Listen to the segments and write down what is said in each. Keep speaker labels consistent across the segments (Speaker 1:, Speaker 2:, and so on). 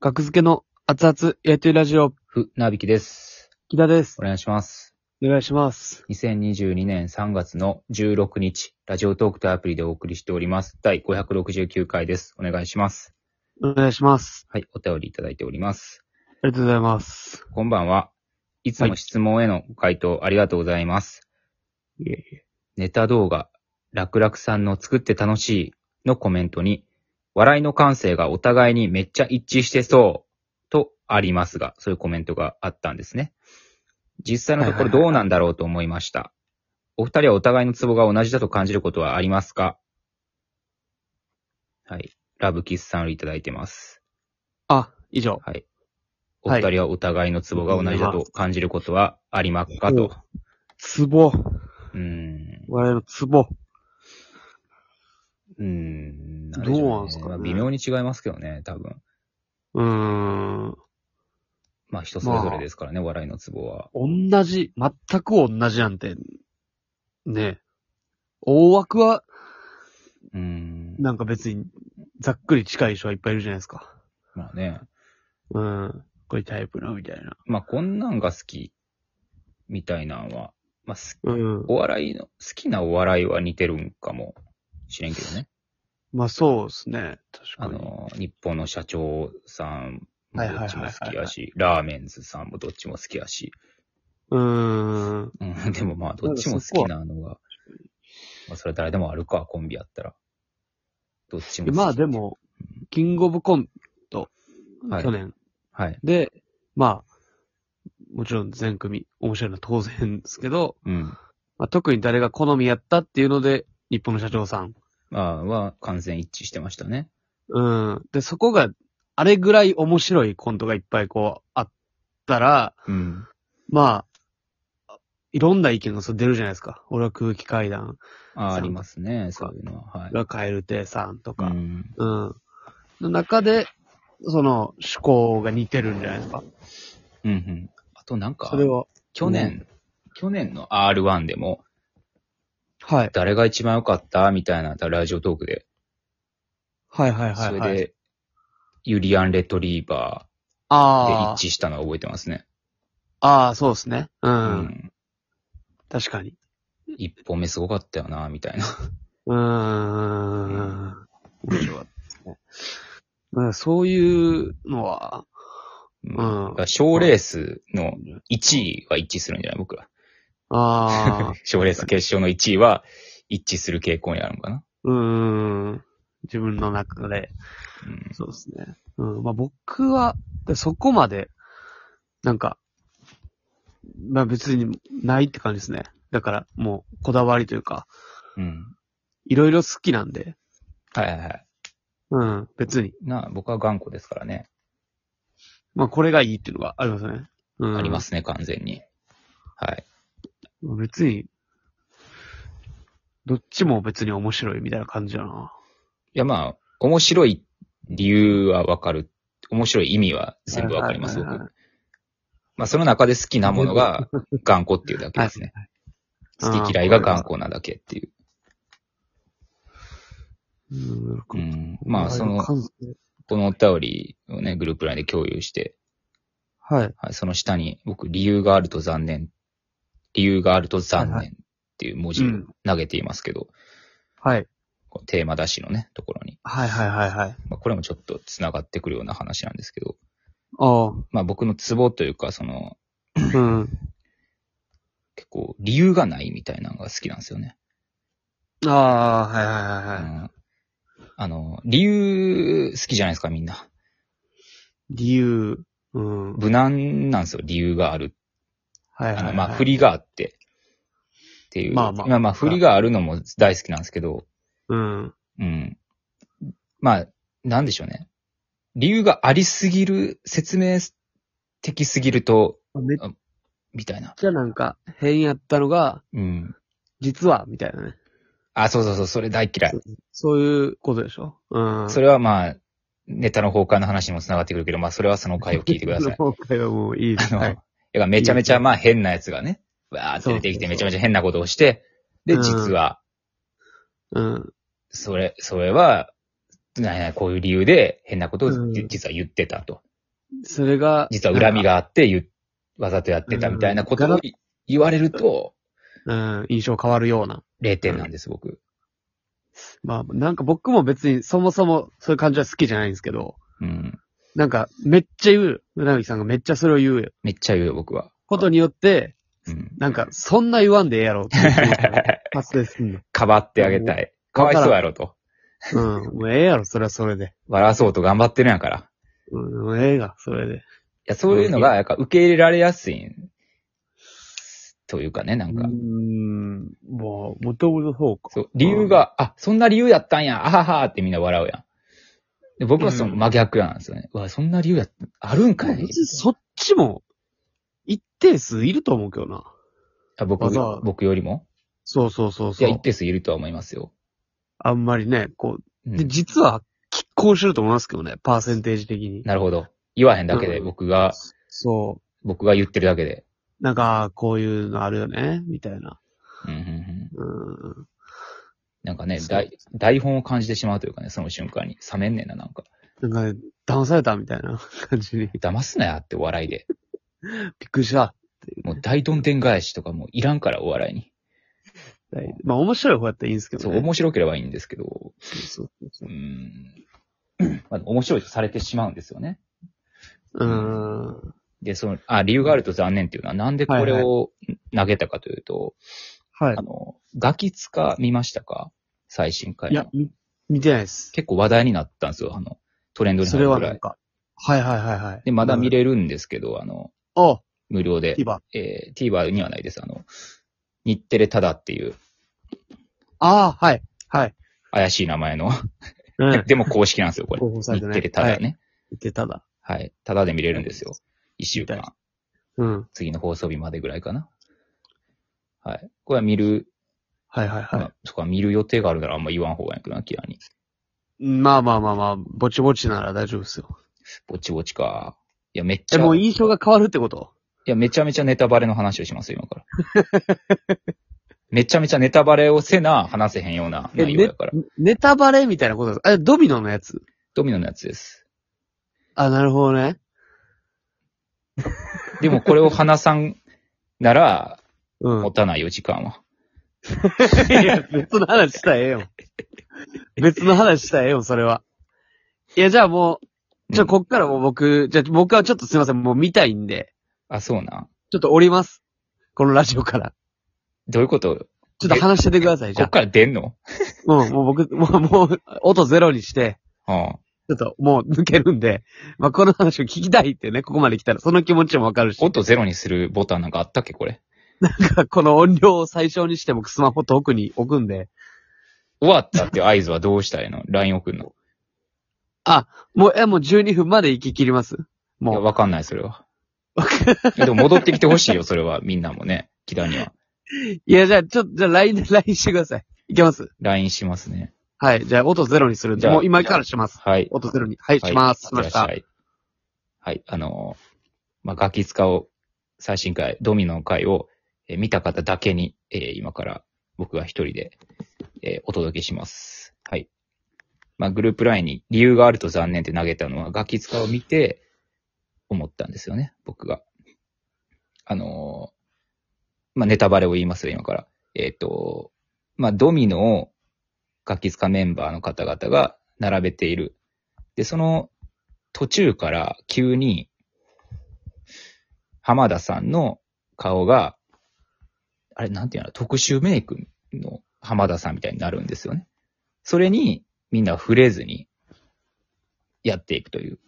Speaker 1: 学付けの熱々やってるラジオ、
Speaker 2: ふ、なびきです。
Speaker 1: 木田です。
Speaker 2: お願いします。
Speaker 1: お願いします。
Speaker 2: 2022年3月の16日、ラジオトークというアプリでお送りしております。第569回です。お願いします。
Speaker 1: お願いします。
Speaker 2: はい、お便りいただいております。
Speaker 1: ありがとうございます。
Speaker 2: こんばんは。いつも質問への回答ありがとうございます。
Speaker 1: いえいえ。
Speaker 2: ネタ動画、楽々さんの作って楽しいのコメントに、笑いの感性がお互いにめっちゃ一致してそうとありますが、そういうコメントがあったんですね。実際のところどうなんだろうと思いました。お二人はお互いのツボが同じだと感じることはありますかはい。ラブキスさんをいただいてます。
Speaker 1: あ、以上。
Speaker 2: はい。お二人はお互いのツボが同じだと感じることはありますかと。
Speaker 1: ツボ。
Speaker 2: うーん。
Speaker 1: 我々のツボ。
Speaker 2: うーん。
Speaker 1: どうなんすかね
Speaker 2: まあ微妙に違いますけどね、多分。
Speaker 1: うーん。
Speaker 2: まあ人それぞれですからね、笑いのツボは。
Speaker 1: 同じ、全く同じなんて、ねえ。大枠は、
Speaker 2: うーん。
Speaker 1: なんか別に、ざっくり近い人はいっぱいいるじゃないですか。
Speaker 2: まあね。
Speaker 1: うん。こういうタイプの、みたいな。
Speaker 2: まあこんなんが好き、みたいなんは。まあす
Speaker 1: うん。
Speaker 2: お笑いの、好きなお笑いは似てるんかもしれんけどね。
Speaker 1: まあそうですね。
Speaker 2: あ
Speaker 1: 確かに。
Speaker 2: の、日本の社長さんも
Speaker 1: はいはい
Speaker 2: ど
Speaker 1: はいはい
Speaker 2: っちも好きやし、ラーメンズさんもどっちも好きやし。
Speaker 1: うーん。
Speaker 2: うん、 でもまあどっちも好きなのが、まあそれは誰でもあるか、コンビやったら。どっちも好き。
Speaker 1: まあで、も、キングオブコント、
Speaker 2: はい
Speaker 1: 去年。
Speaker 2: はい。
Speaker 1: で、まあ、もちろん全組面白いのは当然ですけど、
Speaker 2: うん。
Speaker 1: まあ、特に誰が好みやったっていうので、日本の社長さん。
Speaker 2: まあは完全一致してましたね。
Speaker 1: うん。で、そこが、あれぐらい面白いコントがいっぱいこうあったら、
Speaker 2: うん。
Speaker 1: まあ、いろんな意見がそう出るじゃないですか。俺は空気階段
Speaker 2: あ
Speaker 1: さ
Speaker 2: あ
Speaker 1: ん
Speaker 2: りますね、そういうのは。はい。
Speaker 1: が蛙亭さんと
Speaker 2: う
Speaker 1: か、
Speaker 2: ん、
Speaker 1: うん。の中で、その趣向が似てるんじゃないですか。
Speaker 2: うん、うん。あとなんか
Speaker 1: そ、れは。
Speaker 2: 去年、去年の R1 でも、
Speaker 1: はい。
Speaker 2: 誰が一番良かったみたいなラジオトークで。
Speaker 1: はいはいは
Speaker 2: そ
Speaker 1: い、
Speaker 2: れ
Speaker 1: はい。
Speaker 2: で、ユリアン・レトリーバーで
Speaker 1: ああ。
Speaker 2: 一致したのを覚えてますね。
Speaker 1: ああ、そうですね。う。。
Speaker 2: うん
Speaker 1: 確かに。
Speaker 2: 一本目すごかったよな、みたいな。
Speaker 1: うーん。面白かったですね。うんそういうのは、うん
Speaker 2: だから賞レースの1位は一致するんじゃない僕ら。
Speaker 1: ああ、
Speaker 2: 賞レース決勝の1位は一致する傾向にあるのかな。
Speaker 1: うーん。自分の中で、
Speaker 2: うん。
Speaker 1: そうですね。うん。まあ僕は、でそこまで、なんか、まあ別にないって感じですね。だからもうこだわりというか、
Speaker 2: うん。
Speaker 1: いろいろ好きなんで、
Speaker 2: はいはいはい。
Speaker 1: うん、別に。
Speaker 2: なあ、僕は頑固ですからね。
Speaker 1: まあこれがいいっていうのがありますよね。うん。。
Speaker 2: ありますすね、完全に。はい。
Speaker 1: 別に、どっちも別に面白いみたいな感じだな。
Speaker 2: いや、まあ、面白い理由はわかる。面白い意味は全部わかります、
Speaker 1: はいは
Speaker 2: 僕
Speaker 1: いはいはい。
Speaker 2: まあ、その中で好きなも のが頑固っていうだけですね。
Speaker 1: はいはい
Speaker 2: 好き嫌いが頑固なだけっていう。
Speaker 1: うん
Speaker 2: うん、まあ、その、
Speaker 1: 感想
Speaker 2: このお便りをね、グループラインで共有して、
Speaker 1: はい。
Speaker 2: はい、その下に僕、理由があると残念、理由があると残
Speaker 1: はい
Speaker 2: 念っていう文字を投げていますけど、
Speaker 1: はい。
Speaker 2: このテーマ出しのね、ところに。
Speaker 1: はいはいはいはい。
Speaker 2: まあ、これもちょっと繋がってくるような話なんですけど、
Speaker 1: ああ。
Speaker 2: まあ僕のツボというか、その、
Speaker 1: うん。
Speaker 2: 結構理由がないみたいなのが好きなんですよね。
Speaker 1: ああ、はいはいはいはい。
Speaker 2: うんあの、理由好きじゃないですか、みんな。
Speaker 1: 理由。うん。はい
Speaker 2: 無難なんですよ、理由がある。
Speaker 1: はい
Speaker 2: あ
Speaker 1: は
Speaker 2: の
Speaker 1: い。
Speaker 2: まあ、振りがあって。っていう。
Speaker 1: まあまあ
Speaker 2: まあまあ、振りがあるのも大好きなんですけど、
Speaker 1: うん。
Speaker 2: うん。まあ、なんでしょうね。理由がありすぎる、説明的すぎると、
Speaker 1: めっ
Speaker 2: みたいな。
Speaker 1: ちゃなんか変やったのが、
Speaker 2: うん。
Speaker 1: 実は、みたいなね。
Speaker 2: あ、そうそうそう、それ大嫌い。
Speaker 1: そういうことでしょうん。
Speaker 2: それはまあ、ネタの崩壊の話にも繋がってくるけど、まあ、それはその回を聞いてくださ い。
Speaker 1: 今回はもういいです。
Speaker 2: あの、
Speaker 1: はいい、
Speaker 2: やめちゃめちゃまあ変なやつがね、わーっ
Speaker 1: そう
Speaker 2: て出てき
Speaker 1: そうそ
Speaker 2: て
Speaker 1: う
Speaker 2: めちゃめちゃ変なことをして、で、
Speaker 1: うん
Speaker 2: 実は、
Speaker 1: うん。
Speaker 2: それ、それは、なになにこういう理由で変なことを
Speaker 1: うん
Speaker 2: じ実は言ってたと。
Speaker 1: それが、
Speaker 2: 実は恨みがあって言う、わざとやってたみたいなことを言われると、
Speaker 1: なんか、うん、印象変わるような。
Speaker 2: 0点なんです、僕。
Speaker 1: まあ、なんか僕も別にそもそもそういう感じは好きじゃないんですけど、
Speaker 2: うん。
Speaker 1: なんか、めっちゃ言う。うなぎさんがめっちゃそれを言う
Speaker 2: めっちゃ言うよ、僕は。
Speaker 1: ことによって、
Speaker 2: うん。
Speaker 1: なんか、そんな言わんでええやろっていう気持ちが発生すんの。
Speaker 2: かばってあげたい。か
Speaker 1: わ
Speaker 2: わ
Speaker 1: から
Speaker 2: い
Speaker 1: ん
Speaker 2: そうやろと。
Speaker 1: うん。もうええやろ、それはそれで。
Speaker 2: 笑わそうと頑張ってるんやから。い
Speaker 1: うん、もうええが、それで。
Speaker 2: や、そういうのが、やっぱ受け入れられやすいん。というかね、なん
Speaker 1: う
Speaker 2: か
Speaker 1: ー。ん、もう、もともとそうか。
Speaker 2: そう、理由が、あ、そんな理由やったんや、あははってみんな笑うやん。で僕はその
Speaker 1: うん
Speaker 2: 真逆なんですよね。うわ、そんな理由やっ、あるんかい
Speaker 1: 別にそっちも、一定数いると思うけどな。
Speaker 2: あ僕
Speaker 1: わざわ、ざ
Speaker 2: 僕よりも
Speaker 1: そうそうそう
Speaker 2: い
Speaker 1: そ
Speaker 2: や、一
Speaker 1: う。
Speaker 2: 定数いるとは思いますよ。
Speaker 1: あんまりね、こ
Speaker 2: う
Speaker 1: う。
Speaker 2: ん
Speaker 1: で、実は、拮抗してると思いますけどね、パーセンテージ的に。
Speaker 2: なるほど。言わへんだけで、
Speaker 1: うん
Speaker 2: 僕が、
Speaker 1: そ
Speaker 2: 僕が言ってるだけで。
Speaker 1: う。なんか、こういうのあるよね、みたいな。
Speaker 2: うんうんうん
Speaker 1: うん。
Speaker 2: なんかね、
Speaker 1: そう
Speaker 2: 台台本を感じてしまうというかね、その瞬間に。冷めんねんな、なんか。
Speaker 1: なんか、ね、騙されたみたいな 感じに。び
Speaker 2: 騙すなやってお笑いで。
Speaker 1: っくりした。
Speaker 2: もう大どんでん返しとかもういらんから、お笑いに。
Speaker 1: まあ、面白い方やったらいいんですけど
Speaker 2: そ
Speaker 1: ね。
Speaker 2: う、面白ければいいんですけど、
Speaker 1: そうそうそうう。
Speaker 2: ん。 まあ、面白いとされてしまうんですよね。
Speaker 1: うん。
Speaker 2: で、その、あ、理由があると残念っていうのは、なんでこれを投げたかというと、
Speaker 1: はい
Speaker 2: あ。の、ガキツカ見ましたか最新回
Speaker 1: い
Speaker 2: の
Speaker 1: や、み見てないです。
Speaker 2: 結構話題になったんですよ、あの、トレンドに
Speaker 1: そ
Speaker 2: 入
Speaker 1: れ
Speaker 2: る
Speaker 1: は
Speaker 2: ぐ
Speaker 1: な
Speaker 2: ら
Speaker 1: ん
Speaker 2: い。
Speaker 1: か。はいはいはいはい。
Speaker 2: で、まだ見
Speaker 1: る。
Speaker 2: れるんですけど、あの、
Speaker 1: あ、
Speaker 2: 無料で
Speaker 1: ティ、バ。
Speaker 2: えー、TVer にはないです。あの、日テレタダっていう
Speaker 1: ああ、はい。はい。
Speaker 2: 怪しい名前の、
Speaker 1: う
Speaker 2: でも公式なんですよ、これ。
Speaker 1: 広報サイ
Speaker 2: 日
Speaker 1: トね
Speaker 2: テレタダね。
Speaker 1: 見てただ。
Speaker 2: はい。タダで見れるんですよ。一週
Speaker 1: 見た
Speaker 2: 間。
Speaker 1: うん。
Speaker 2: 次の放送日までぐらいかな。はい。これは見る
Speaker 1: はいはい
Speaker 2: ま
Speaker 1: は
Speaker 2: あ、そこは見る予定があるならあんま言わん方がいいかな、キラに。
Speaker 1: い。まあまあまあまあ、ぼちぼちなら大丈夫ですよ。
Speaker 2: ぼちぼちか。いや、めっち
Speaker 1: え、
Speaker 2: ゃ、
Speaker 1: もう
Speaker 2: い
Speaker 1: 印象が変わるってこと
Speaker 2: や、めちゃめちゃネタバレの話をしますよ、今から。 めちゃめちゃネタバレをせな、話せへんような
Speaker 1: え、
Speaker 2: 内容
Speaker 1: ね
Speaker 2: やから。、
Speaker 1: ネタバレみたいなことですかえ、ドミノのやつ
Speaker 2: ドミノのやつです。
Speaker 1: あ、なるほどね。
Speaker 2: でもこれを話さんなら、
Speaker 1: うん
Speaker 2: 持。たないよ、時間は。
Speaker 1: いや、別の話したらええよ。別の話したらええよ、それは。いや、じゃあもう、じゃあこっからもう僕、じゃあ僕はちょっとすいません、もう見たいんで、
Speaker 2: あ、そうな。
Speaker 1: ちょっと降ります。このラジオから。
Speaker 2: どういうこと
Speaker 1: ちょっと話しててください、じ
Speaker 2: こ
Speaker 1: ゃ
Speaker 2: っ
Speaker 1: あ。
Speaker 2: から出んの
Speaker 1: うん、もう僕、もう、もう、音ゼロにして、
Speaker 2: うん。
Speaker 1: ちょっともう抜けるんで、まあ、この話を聞きたいってね、ここまで来たら、その気持ちもわかるし、
Speaker 2: 音ゼロにするボタンなんかあったっけ、これ。
Speaker 1: この音量を最小にして僕スマホ遠くに置くんで、
Speaker 2: 終わったっていう合図はどうしたらいいの ?LINE 送るの。
Speaker 1: もう、え、もう12分まで行き切ります
Speaker 2: いや、
Speaker 1: もう、
Speaker 2: わかんない、それは。いやでも戻ってきてほしいよ、それは。みんなもね。木田には。
Speaker 1: いや、じゃあ、ちょっと、じゃあ LINE で LINE してください。いけます
Speaker 2: LINE しますね。
Speaker 1: はい。じゃあ、音ゼロにするん
Speaker 2: じ
Speaker 1: で、
Speaker 2: ゃあ
Speaker 1: もう今からします。
Speaker 2: はい。
Speaker 1: 音ゼロに。はい、
Speaker 2: はい
Speaker 1: します。し
Speaker 2: い
Speaker 1: ま
Speaker 2: らっ
Speaker 1: し
Speaker 2: しゃ
Speaker 1: た。
Speaker 2: い。はい。あのーまあ、ガキ使を、最新回、ドミノの回を、えー見た方だけに、えー今から僕が一人で、えーお届けします。はい。まあ、グループ LINE に理由があると残念って投げたのは、ガキ使を見て、思ったんですよね、僕が。あのーまあ、ネタバレを言いますよ、今から。えっ、と、まあ、ドミノを、ガキ使メンバーの方々が並べている。で、その途中から急に、浜田さんの顔が、あれ、なんていうの、特殊メイクの浜田さんみたいになるんですよね。それに、みんな触れずに、やっていくという。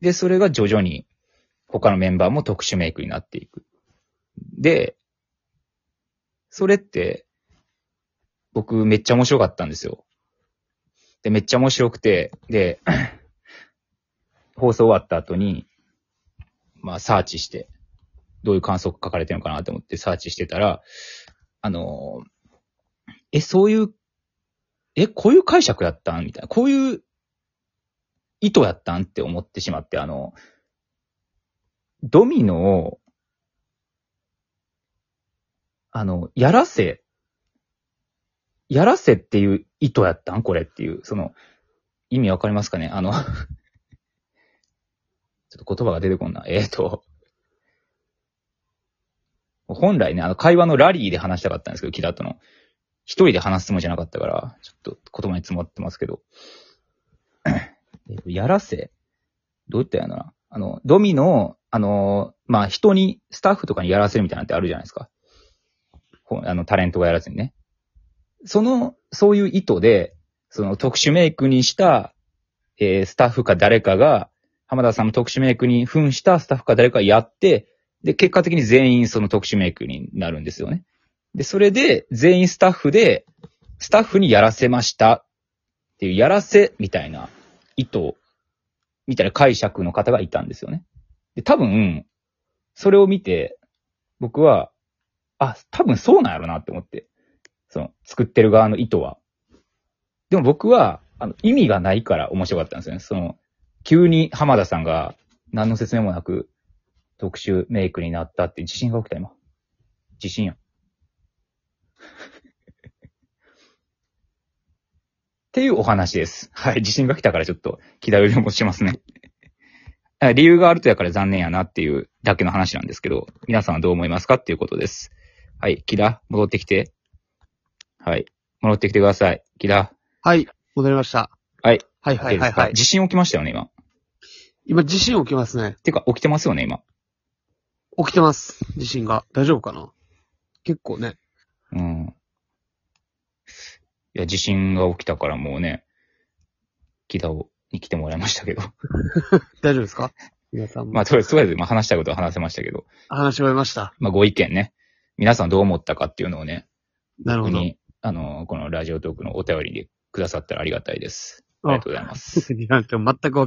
Speaker 2: で、それが徐々に、他のメンバーも特殊メイクになっていく。で、それって、僕めっちゃ面白かったんですよ。で、めっちゃ面白くて、で、放送終わった後に、まあ、サーチして、どういう感想が書かれてるのかなと思ってサーチしてたら、あのー、え、そういう、え、こういう解釈やったんみたいな。こういう意図やったんって思ってしまって、あの、ドミノを、あの、やらせ、やらせっていう意図やったんこれっていう、その、意味わかりますかねあの、ちょっと言葉が出てこんな。えっ、と、本来ね、あの、会話のラリーで話したかったんですけど、木田との。一人で話すつもりじゃなかったから、ちょっと言葉に詰まってますけど。えっと、やらせどういったやなな。あの、ドミの、あの、まあ、人に、スタッフとかにやらせるみたいなのってあるじゃないですか。ほあの、タレントがやらずにね。その、そういう意図で、その特殊メイクにした、えースタッフか誰かが、浜田さんの特殊メイクに扮したスタッフか誰かやって、で、結果的に全員その特殊メイクになるんですよね。で、それで、全員スタッフで、スタッフにやらせましたっていう、やらせみたいな意図、みたいな解釈の方がいたんですよね。で、多分、それを見て、僕は、あ、多分そうなんやろなって思って。その、作ってる側の意図は。でも僕は、あの、意味がないから面白かったんですよね。その、急に浜田さんが、何の説明もなく、特殊メイクになったって、地震が起きた今。地震やん。 っていうお話です。はい。地震が来たからちょっと、気だるりもしますね。 あ理由があるとやから残念やなっていうだけの話なんですけど、皆さんはどう思いますかっていうことです。はい。キラ、戻ってきて。はい。戻ってきてください。キラ。
Speaker 1: はい、戻りました。
Speaker 2: はい。
Speaker 1: はいはいはいはい。
Speaker 2: 地震起きましたよね、今。
Speaker 1: 今地震起きますね。
Speaker 2: てか、起きてますよね、今。
Speaker 1: 起きてます。地震が。大丈夫かな結構ね。
Speaker 2: うん。いや、地震が起きたからもうね、キラを、に来てもらいましたけど。
Speaker 1: 大丈夫ですか皆さんも。
Speaker 2: まあ、とりあえず、とりあえず、まあ、話したいことは話せましたけど、
Speaker 1: 話し終えました。
Speaker 2: まあ、ご意見ね。皆さんどう思ったかっていうのをね、
Speaker 1: なるほ
Speaker 2: 特
Speaker 1: ど。
Speaker 2: に、あの、このラジオトークのお便りでくださったらありがたいです。
Speaker 1: あ
Speaker 2: ありがとうございます。
Speaker 1: になんて全く